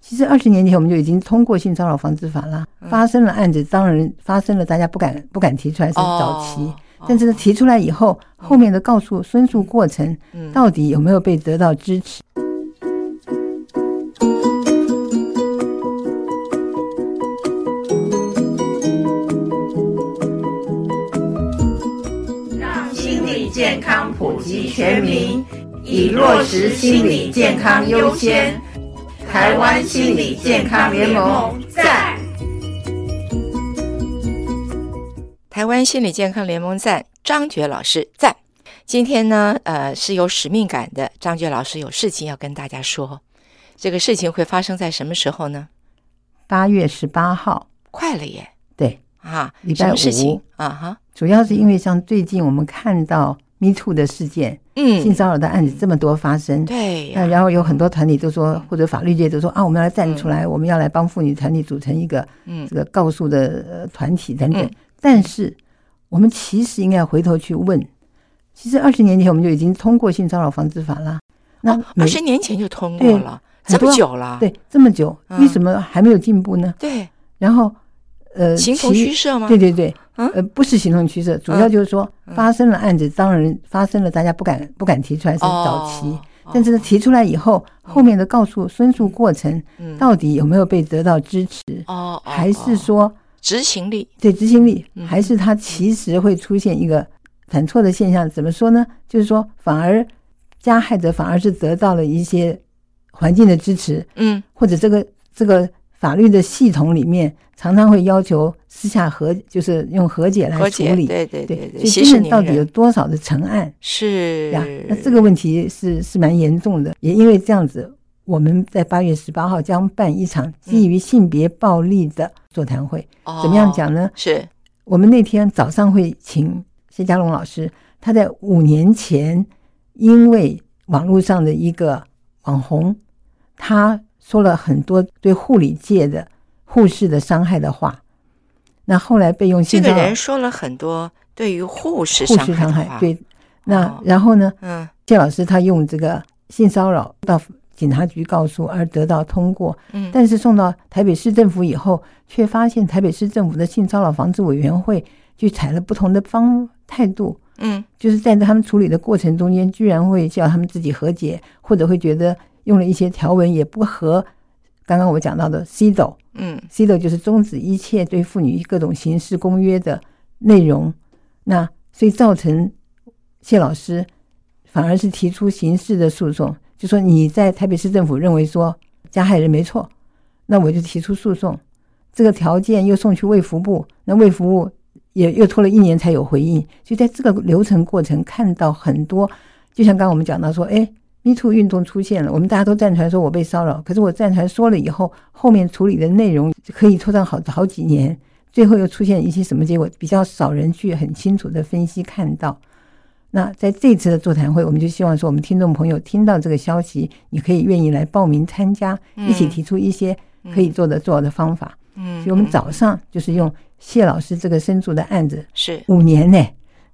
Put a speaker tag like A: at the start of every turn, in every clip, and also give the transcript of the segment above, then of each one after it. A: 其实二十年前我们就已经通过性骚扰防治法啦，
B: 嗯
A: 发生了案子，当然发生了，大家不敢不敢提出来是早期。
B: 哦
A: 但是提出来以后，后面的告诉申诉过程
B: 嗯
A: 到底有没有被得到支持？
C: 心理健康普及全民，以落实心理健康优先。台湾心理健康联盟在。
B: 台湾心理健康联盟赞张觉老师赞。今天呢，呃，是有使命感的张觉老师有事情要跟大家说。这个事情会发生在什么时候呢？
A: 八月十八号，
B: 快了耶！
A: 对，
B: 啊，
A: 礼
B: 什
A: 拜
B: 么事情
A: 五
B: 啊？哈，
A: 主要是因为像最近我们看到 Me Too 的事件，性
B: 嗯，
A: 骚扰的案子这么多发生，
B: 对呀
A: 那然后有很多团体都说，或者法律界都说啊，我们要站出来，我们要来帮妇女团体组成一个
B: 嗯
A: 这个告诉的呃团体等等。
B: 嗯
A: 但是我们其实应该回头去问，其实二十年前我们就已经通过性骚扰防治法啦。那
B: 哦
A: 每、
B: 二十年前就通过了，
A: 对
B: 这
A: 很多
B: 么久了，
A: 对这么久，
B: 嗯
A: 为什么还没有进步呢？
B: 对，
A: 然后呃，
B: 形同
A: 其
B: 虚设吗？
A: 对对对，
B: 嗯
A: 呃，不是形同虚设，主要就是说发生了案子，当然发生了，大家不敢不敢提出来是早期。
B: 哦哦
A: 但是提出来以后，后面的告诉申诉过程
B: 嗯
A: 到底有没有被得到支持，
B: 哦，哦
A: 还是
B: 哦
A: 说
B: 执行力？
A: 对执行力
B: 嗯，
A: 还是它其实会出现一个反错的现象？怎么说呢？就是说，反而加害者反而是得到了一些环境的支持，
B: 嗯
A: 或者这个这个法律的系统里面常常会要求私下和就是用和解来
B: 和
A: 处
B: 解，
A: 理。
B: 对对对对，
A: 所
B: 息
A: 以
B: 事
A: 真的
B: 宁
A: 到底有
B: 人
A: 多少的成案？
B: 是
A: 呀，那这个问题是是蛮严重的，也因为这样子，我们在八月十八号将办一场基于性别暴力的座谈会。怎么样？
B: 嗯哦
A: 讲呢？
B: 是
A: 我们那天早上会请谢家龙老师，他在五年前因为网络上的一个网红，他说了很多对护理界的护士的伤害的话，那后来被用
B: 这
A: 性
B: 个
A: 骚扰
B: 人说了很多对于护士
A: 啊护
B: 伤
A: 士
B: 害
A: 伤
B: 的
A: 害
B: 话，，
A: 对，那
B: 哦
A: 然后呢？
B: 嗯
A: 谢老师他用这个性骚扰到警察局告诉而得到通过，
B: 嗯，
A: 但是送到台北市政府以后，却发现台北市政府的性骚扰防治委员会去采了不同的方态度，
B: 嗯
A: 就是在他们处理的过程中间，居然会叫他们自己和解，或者会觉得用了一些条文也不合刚刚我讲到的 C 斗，
B: 嗯
A: C 的就是终止一切对妇女各种刑事公约的内容。那所以造成谢老师反而是提出刑事的诉讼，就说你在台北市政府认为说加害人没错，那我就提出诉讼。这个条件又送去卫福部，那卫福部也又拖了一年才有回应。就在这个流程过程，看到很多，就像刚刚我们讲到说，哎，Me Too 运动出现了，我们大家都站出来说我被骚扰，可是我站出来说了以后，后面处理的内容可以拖上好好几年，最后又出现一些什么结果，比较少人去很清楚的分析看到。那在这次的座谈会，我们就希望说，我们听众朋友听到这个消息，你可以愿意来报名参加，一起提出一些可以做的做的方法。
B: 嗯，
A: 所以我们
B: 嗯
A: 早上就是用谢老师这个申诉的案子，
B: 是
A: 五年呢、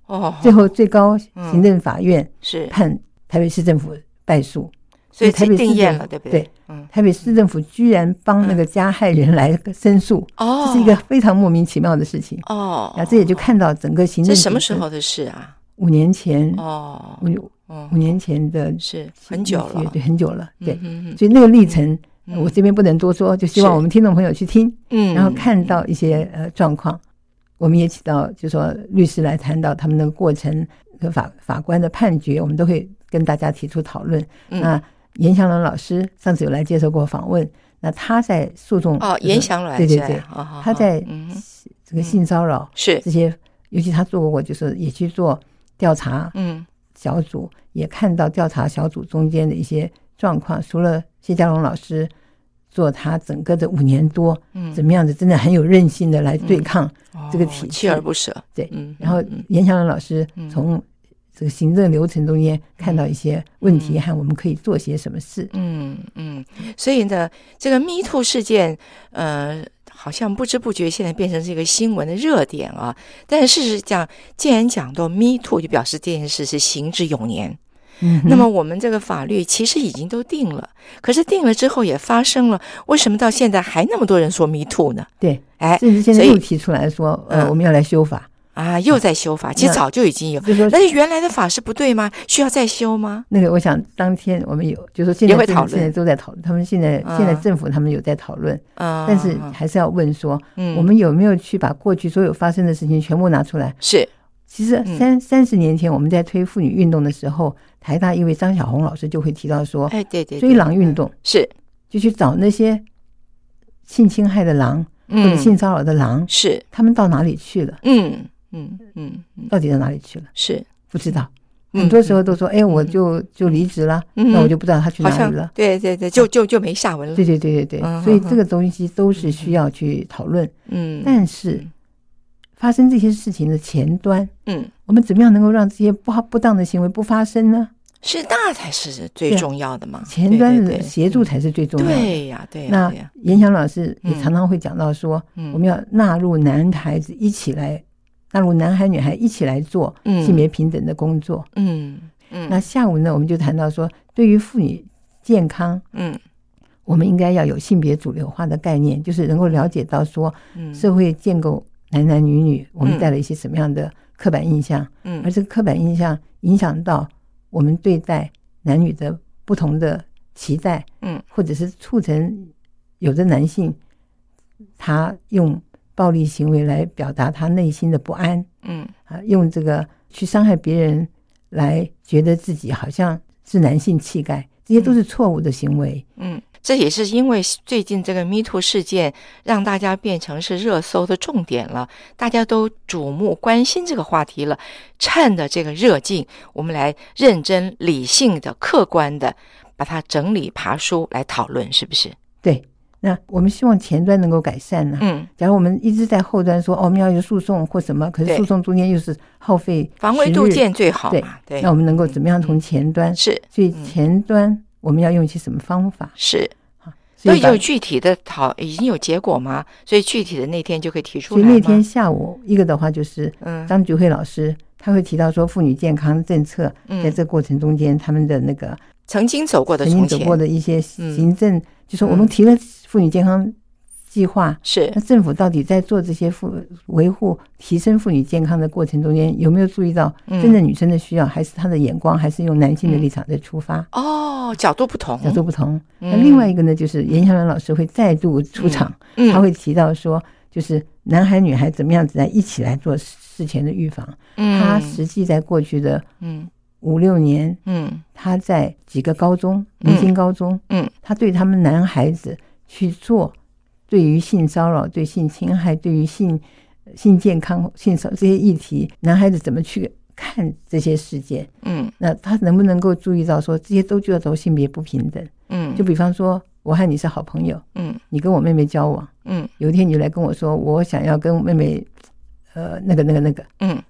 B: 哦，
A: 最后最高行政法院
B: 是，
A: 判台北市政府败诉，
B: 所以
A: 台北市
B: 定验
A: 政
B: 了，对不
A: 对？
B: 嗯，
A: 台北市政府居然帮那个加害人来申诉，
B: 哦，
A: 这是一个非常莫名其妙的事情。
B: 哦，
A: 啊，这也就看到整个行政
B: 这什么
A: 组
B: 时
A: 织？
B: 候的事啊？
A: 五年前，
B: 哦，
A: 五
B: 哦
A: 五，年前的
B: 是很久
A: 七月
B: 了，
A: 对，很久了，对。
B: 嗯
A: 所以那个历程，
B: 嗯
A: 呃我这边不能多说，就希望
B: 是
A: 我们听众朋友去听，
B: 嗯，
A: 然后看到一些呃状况，我们也起到就说律师来谈到他们那个过程和法法官的判决，我们都会跟大家提出讨论。
B: 嗯
A: 那严祥伦老师上次有来接受过访问，那他在诉讼
B: 哦，
A: 就是
B: 严祥来
A: 嗯对对
B: 是吧
A: 对，
B: 哦好
A: 他
B: 好
A: 在
B: 嗯
A: 这个性骚扰
B: 是
A: 这些，尤其他做过就是也去做调查，
B: 嗯
A: 小组也看到调查小组中间的一些状况，除了谢家龙老师做他整个的五年多，
B: 嗯
A: 怎么样子真的很有韧性的来对抗，这个
B: 哦
A: 体
B: 锲而
A: 制
B: 不舍，
A: 对
B: 嗯，
A: 然后
B: 嗯
A: 严祥龙老师
B: 嗯
A: 从这个行政流程中间看到一些问题和我们可以做些什么事，
B: 嗯，嗯，所以呢，这个 Me Too 事件，呃，好像不知不觉现在变成这个新闻的热点啊。但是事实讲，既然讲到 Me Too，就表示这件事是行之有年，
A: 嗯哼
B: 那么我们这个法律其实已经都定了，可是定了之后也发生了，为什么到现在还那么多人说 me too 呢？
A: 对，
B: 哎
A: 甚至现在
B: 所以
A: 又提出来说，呃，
B: 嗯
A: 我们要来修法，
B: 啊，又在修法，其实
A: 那
B: 早就已经有。
A: 就说
B: 那就原来的法是不对吗？需要再修吗？
A: 那个，我想当天我们有，就说现
B: 也
A: 在
B: 会
A: 政
B: 讨论
A: 现在都在讨论，他们现在
B: 嗯
A: 现在政府他们有在讨论，
B: 啊、
A: 但是还是要问说，
B: 嗯，
A: 我们有没有去把过去所有发生的事情全部拿出来？
B: 是
A: 其实
B: 嗯
A: 三三十年前我们在推妇女运动的时候，台大一位张晓红老师就会提到说，
B: 哎，对对对，
A: 追狼运动
B: 是
A: 就去找那些性侵害的狼或者
B: 嗯
A: 性骚扰的狼，
B: 是
A: 他们到哪里去了？
B: 嗯嗯嗯嗯
A: 到底到哪里去了？
B: 是，
A: 不知道。
B: 嗯
A: 很多时候都说，哎，我就就离职了，
B: 嗯
A: 那我就不知道他去
B: 好
A: 哪
B: 像
A: 里了。
B: 对对对，就就就没下文了
A: 对。对对对对，
B: 嗯
A: 所以
B: 嗯
A: 这个东西都是需要去讨论。
B: 嗯，
A: 但是发生这些事情的前端，
B: 嗯
A: 我们怎么样能够让这些不不当的行为不发生呢？
B: 是那才是最
A: 对啊
B: 重要的嘛，
A: 前端
B: 对
A: 的
B: 对对
A: 协助才是最重要的。
B: 对呀对呀
A: 那
B: 对呀，
A: 严强老师也
B: 嗯
A: 常常会讲到说，
B: 嗯
A: 我们要纳入男孩子一起来，纳入男孩女孩一起来做
B: 嗯
A: 性别平等的工作。
B: 嗯嗯
A: 那下午呢，我们就谈到说，对于妇女健康，
B: 嗯
A: 我们应该要有性别主流化的概念，就是能够了解到说
B: 嗯
A: 社会建构男男女女，我们带了一些什么样的刻板印象，而
B: 嗯
A: 这个刻板印象影响到我们对待男女的不同的期待，
B: 嗯，
A: 或者是促成有的男性他用暴力行为来表达他内心的不安
B: 嗯
A: 啊，用这个去伤害别人来觉得自己好像是男性气概，这些都是错误的行为。
B: 嗯，这也是因为最近这个 Me Too 事件让大家变成是热搜的重点了，大家都瞩目关心这个话题了。趁着这个热劲，我们来认真、理性的、客观的把它整理、爬书来讨论，是不是？
A: 对，那我们希望前端能够改善呢、
B: 嗯，
A: 假如我们一直在后端说哦，我们要有诉讼或什么，可是
B: 对
A: 诉讼中间又是耗费
B: 防微
A: 时
B: 杜
A: 日
B: 渐最好嘛。对，嗯
A: 那我们能够怎么样从前端？
B: 是嗯
A: 所以前端我们要用一些什么方法？
B: 是，
A: 所
B: 都
A: 以把
B: 有具体的讨，已经有结果吗？所以具体的那天就可以提出
A: 所以
B: 来吗？
A: 那天，下午，一个的话就是
B: 嗯
A: 张菊慧老师，他会提到说妇女健康政策在
B: 嗯，
A: 这过程中间，他们的那个
B: 曾经走过的
A: 曾
B: 从
A: 经走
B: 前
A: 过的一些
B: 嗯
A: 行政，就说我们提了妇女健康计划。
B: 是
A: 那政府到底在做这些妇维护、提升妇女健康的过程中间，有没有注意到
B: 嗯
A: 真正女生的需要，还是她的眼光，还是用男性的立场在出发？
B: 哦，角度不同，
A: 角度不同。那
B: 嗯
A: 另外一个呢，就是严小兰老师会再度出场，
B: 嗯，
A: 他会提到说，就是男孩女孩怎么样子来一起来做事前的预防。他
B: 嗯
A: 实际在过去的
B: 嗯
A: 五六年，
B: 嗯
A: 他在几个高中、
B: 嗯
A: 明星高中，
B: 嗯，
A: 他对他们男孩子去做对于性骚扰、对性侵害、对于性性健康、性骚这些议题，男孩子怎么去看这些事件？
B: 嗯
A: 那他能不能够注意到说，这些都叫做性别不平等？
B: 嗯，
A: 就比方说，我和你是好朋友，
B: 嗯
A: 你跟我妹妹交往，
B: 嗯
A: 有一天你来跟我说，我想要跟妹妹，呃，那个那个那个，
B: 嗯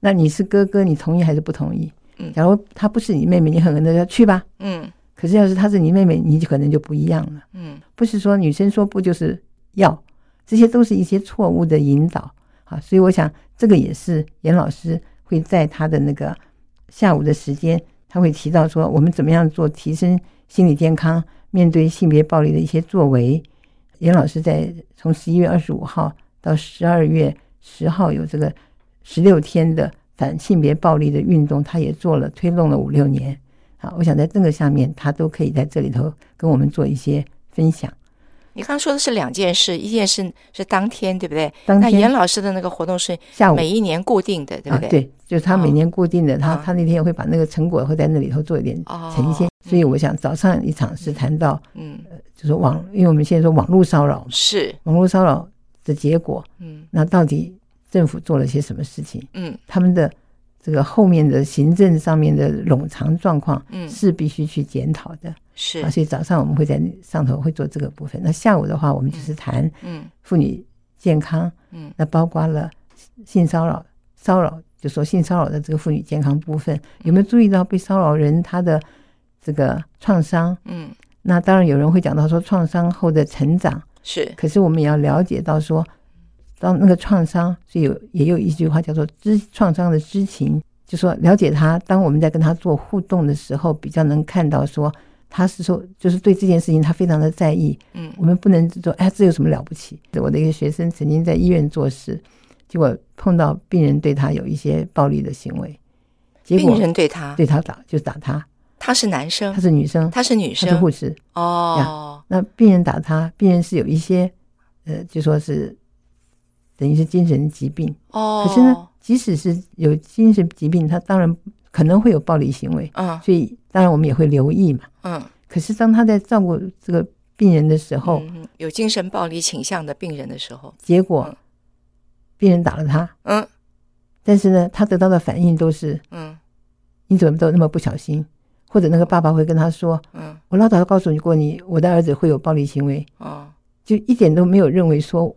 A: 那你是哥哥，你同意还是不同意
B: 嗯？
A: 假如她不是你妹妹，你很可能要去吧。
B: 嗯
A: 可是要是她是你妹妹，你可能就不一样了。
B: 嗯
A: 不是说女生说不就是要，这些都是一些错误的引导啊。所以我想，这个也是严老师会在他的那个下午的时间，他会提到说，我们怎么样做提升心理健康，面对性别暴力的一些作为。严老师在从十一月二十五号到十二月十号有这个十六天的反性别暴力的运动，他也做了推动了五六年。好，我想在这个下面，他都可以在这里头跟我们做一些分享。
B: 你刚刚说的是两件事，一件事是当天，对不对？
A: 当
B: 那
A: 天
B: 严老师的那个活动是
A: 下午
B: 每一年固定的，对不
A: 啊，？对，就是他每年固定的，他
B: 啊
A: 他那天会把那个成果会在那里头啊做一点
B: 哦
A: 呈现。所以我想早上一场是谈到，
B: 嗯，
A: 就是网，因为我们现在说网络骚扰嘛，
B: 是，
A: 网络骚扰的结果，
B: 嗯
A: 那到底政府做了些什么事情？
B: 嗯
A: 他们的这个后面的行政上面的冗长状况
B: 嗯，
A: 是必须去检讨的
B: 是
A: 啊。，所以早上我们会在上头会做这个部分。那下午的话，我们就是谈
B: 嗯
A: 妇女健康，
B: 嗯
A: 那包括了性骚扰、骚扰，就说性骚扰的这个妇女健康部分，有没有注意到被骚扰人他的这个创伤？
B: 嗯
A: 那当然有人会讲到说创伤后的成长，
B: 是，
A: 可是我们也要了解到说，当那个创伤，所以有也有一句话叫做知创伤的知情，就说了解他，当我们在跟他做互动的时候，比较能看到说他是说就是对这件事情他非常的在意。
B: 嗯
A: 我们不能说哎，这有什么了不起？我的一个学生曾经在医院做事，结果碰到病人对他有一些暴力的行为，结果
B: 病人对他，
A: 对他打就打他，
B: 他是男生
A: 她，是女生，
B: 他是女
A: 她是
B: 生
A: 护士，
B: 哦，
A: 那病人打他，病人是有一些呃，就说是等于是精神疾病。
B: 哦，
A: 可是呢，即使是有精神疾病，他当然可能会有暴力行为，
B: 嗯
A: 所以当然我们也会留意嘛。
B: 嗯，
A: 可是当他在照顾这个病人的时候，
B: 嗯嗯有精神暴力倾向的病人的时候，
A: 结果
B: 嗯
A: 病人打了他，
B: 嗯
A: 但是呢，他得到的反应都是
B: 嗯
A: 你怎么都那么不小心，或者那个爸爸会跟他说
B: 嗯：“
A: 我老早就告诉你过你，我的儿子会有暴力行为。”
B: 哦
A: 就一点都没有认为说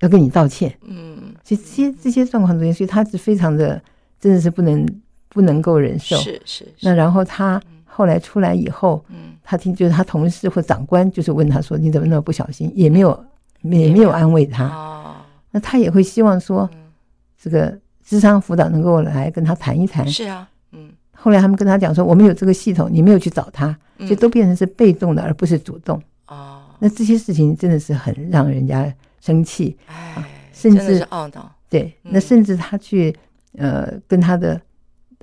A: 要跟你道歉。
B: 嗯，
A: 所以这些这些状况中间，所以他是非常的，真的是不能不能够忍受。
B: 是是
A: 那
B: 是，
A: 然后他后来出来以后，
B: 嗯
A: 他听就是他同事或长官就是问他说：“你怎么那么不小心？”也没有也没有安慰他。
B: 哦，嗯
A: 那他也会希望说，这个智商辅导能够来跟他谈一谈。
B: 是啊，嗯
A: 后来他们跟他讲说：“我们有这个系统，你没有去找他，所
B: 嗯
A: 以都变成是被动的，而不是主动。”
B: 哦，
A: 那这些事情真的是很让人家生气。
B: 哎，
A: 甚
B: 真的
A: 至
B: 是懊恼，
A: 对，
B: 嗯
A: 那甚至他去呃跟他的，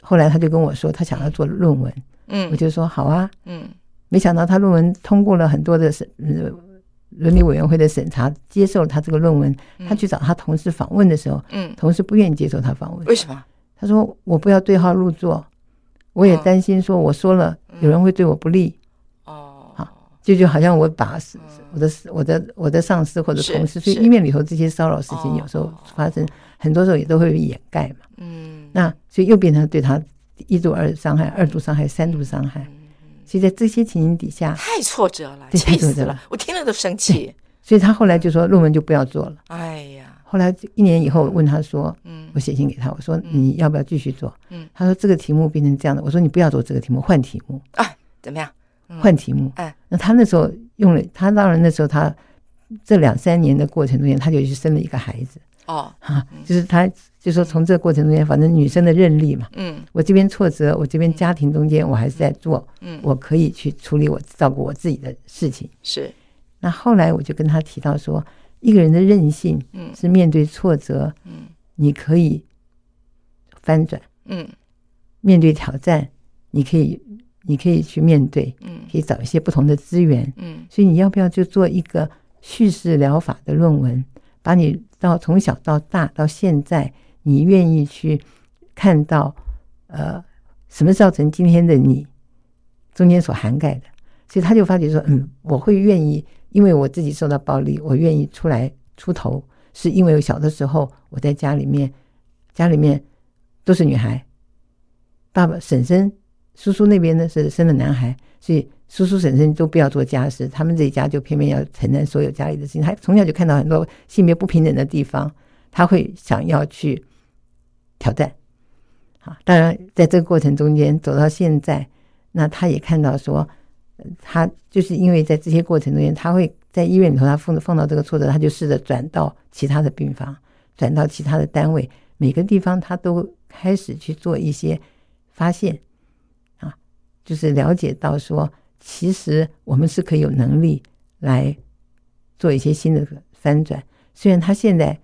A: 后来他就跟我说他想要做论文，
B: 嗯
A: 我就说好啊。
B: 嗯
A: 没想到他论文通过了很多的审呃伦理委员会的审查，接受了他这个论文。他去找他同事访问的时候，
B: 嗯，
A: 同事不愿意接受他访问，
B: 为什么？
A: 他说我不要对号入座，我也
B: 嗯
A: 担心说我说了有人会对我不利。
B: 哦，
A: 就就好像我把我的我的我的上司或者
B: 嗯是
A: 同事，所以
B: 是
A: 医院里头这些骚扰事情
B: 哦
A: 有时候发生，很多时候也都会被掩盖嘛。
B: 嗯，
A: 那所以又变成对他一度二伤害、二度伤害、三度伤
B: 嗯
A: 害。所以在这些情形底下，
B: 太挫折了，
A: 对
B: 气
A: 太挫
B: 死
A: 折
B: 了
A: 了，
B: 我听了都生气。
A: 所以他后来就说论文就不要做了。
B: 哎呀，
A: 后来一年以后问他说，
B: 嗯
A: 我写信给他，我说你要不要继续做？
B: 嗯，
A: 他说这个题目变成这样的，我说你不要做这个题目，换题目，
B: 啊，怎么样？嗯
A: 换题目。
B: 哎，
A: 那他那时候用了，他当然那时候他这两三年的过程中间，他就去生了一个孩子。
B: 哦，
A: 啊，就是他就说从这个过程中间，反正女生的韧力嘛，
B: 嗯
A: 我这边挫折，我这边家庭中间，我还是在做，
B: 嗯，
A: 我可以去处理我照顾我自己的事情。
B: 是，
A: 那后来我就跟他提到说，一个人的韧性
B: 嗯
A: 是面对挫折，
B: 嗯，
A: 你可以翻转；
B: 嗯
A: 面对挑战，你可以你可以去面对，
B: 嗯
A: 可以找一些不同的资源。
B: 嗯
A: 所以你要不要就做一个叙事疗法的论文，把你到从小到大到现在，你愿意去看到，呃，什么造成今天的你，中间所涵盖的。所以他就发觉说，嗯，我会愿意，因为我自己受到暴力，我愿意出来出头，是因为我小的时候我在家里面，家里面都是女孩，爸爸、婶婶、叔叔那边呢是生了男孩，所以叔叔婶婶都不要做家事，他们这一家就偏偏要承担所有家里的事情。他从小就看到很多性别不平等的地方，他会想要去挑战。啊，当然，在这个过程中间走到现在，那他也看到说，呃他就是因为在这些过程中间，他会在医院里头，他碰碰到这个挫折，他就试着转到其他的病房，转到其他的单位，每个地方他都开始去做一些发现，啊，就是了解到说，其实我们是可以有能力来做一些新的翻转。虽然他现在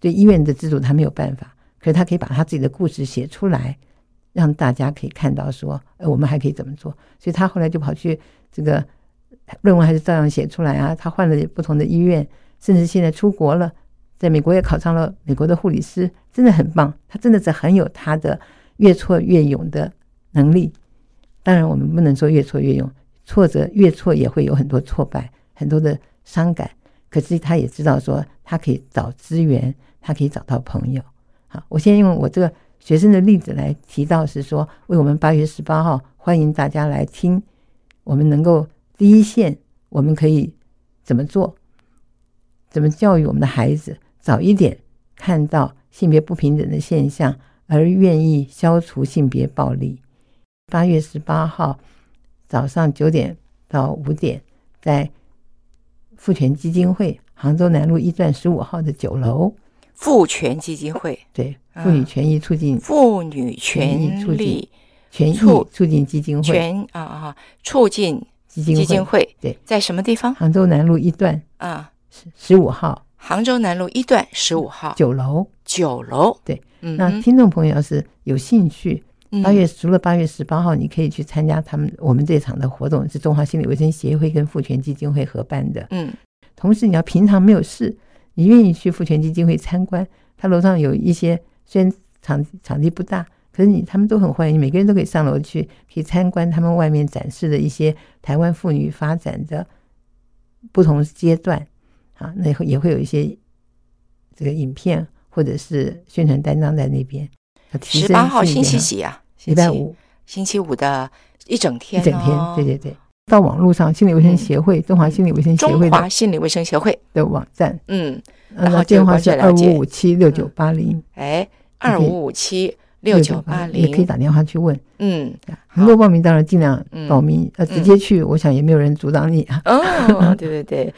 A: 对医院的制度他没有办法，可是他可以把他自己的故事写出来，让大家可以看到说，呃，我们还可以怎么做。所以他后来就跑去这个论文还是照样写出来啊。他换了不同的医院，甚至现在出国了，在美国也考上了美国的护理师，真的很棒。他真的是很有他的越挫越勇的能力。当然，我们不能说越挫越勇，挫折越挫也会有很多挫败，很多的伤感。可是他也知道说，他可以找资源，他可以找到朋友。好，我先用我这个学生的例子来提到，是说为我们八月十八号欢迎大家来听，我们能够第一线，我们可以怎么做，怎么教育我们的孩子，早一点看到性别不平等的现象，而愿意消除性别暴力。八月十八号早上九点到五点，在富全基金会杭州南路一段十五号的九楼，
B: 妇权基金会、
A: 对
B: 啊
A: 妇女权益促进
B: 妇女
A: 权益促进
B: 权利
A: 权益
B: 促
A: 促进基金会
B: 权啊啊促进
A: 基金
B: 基
A: 会
B: 金会，
A: 对，
B: 在什么地方
A: 杭州南路一段
B: 啊？
A: 十五号
B: 杭州南路一段十五号
A: 九楼。
B: 九楼。
A: 对，
B: 嗯
A: 那
B: 哼，
A: 听众朋友要是有兴趣，
B: 嗯
A: 八月除了八月十八号，你可以去参加他们我们这场的活动，是中华心理卫生协会跟妇权基金会合办的。
B: 嗯
A: 同时，你要平常没有事，你愿意去妇权基金会参观，他楼上有一些虽然场场地不大，可是你他们都很欢迎，每个人都可以上楼去，可以参观他们外面展示的一些台湾妇女发展的不同阶段啊，那会也会有一些这个影片或者是宣传单张在那边。要提
B: 十
A: 升
B: 八号
A: 自己
B: 星期
A: 的
B: 几啊？
A: 礼拜，五
B: 星期五的一整
A: 一
B: 天、哦，嗯
A: 整天，对对对，到网络上心理卫生协会、中华心理卫生协
B: 中
A: 会
B: 华
A: 的
B: 心理卫生协会，
A: 的网站，
B: 嗯，
A: 然后
B: 后就
A: 呃电话
B: 关
A: 是
B: 键
A: 二
B: 了解
A: 五五七六九八零
B: 哎，
A: 你
B: 二
A: 可以
B: 五五七六九八
A: 也可以
B: 零，
A: 打电话去问。
B: 嗯，
A: 能够报名当然尽量
B: 嗯
A: 报名，呃，直
B: 嗯
A: 接去，我想也没有人阻挡你啊。
B: 哦，对对对，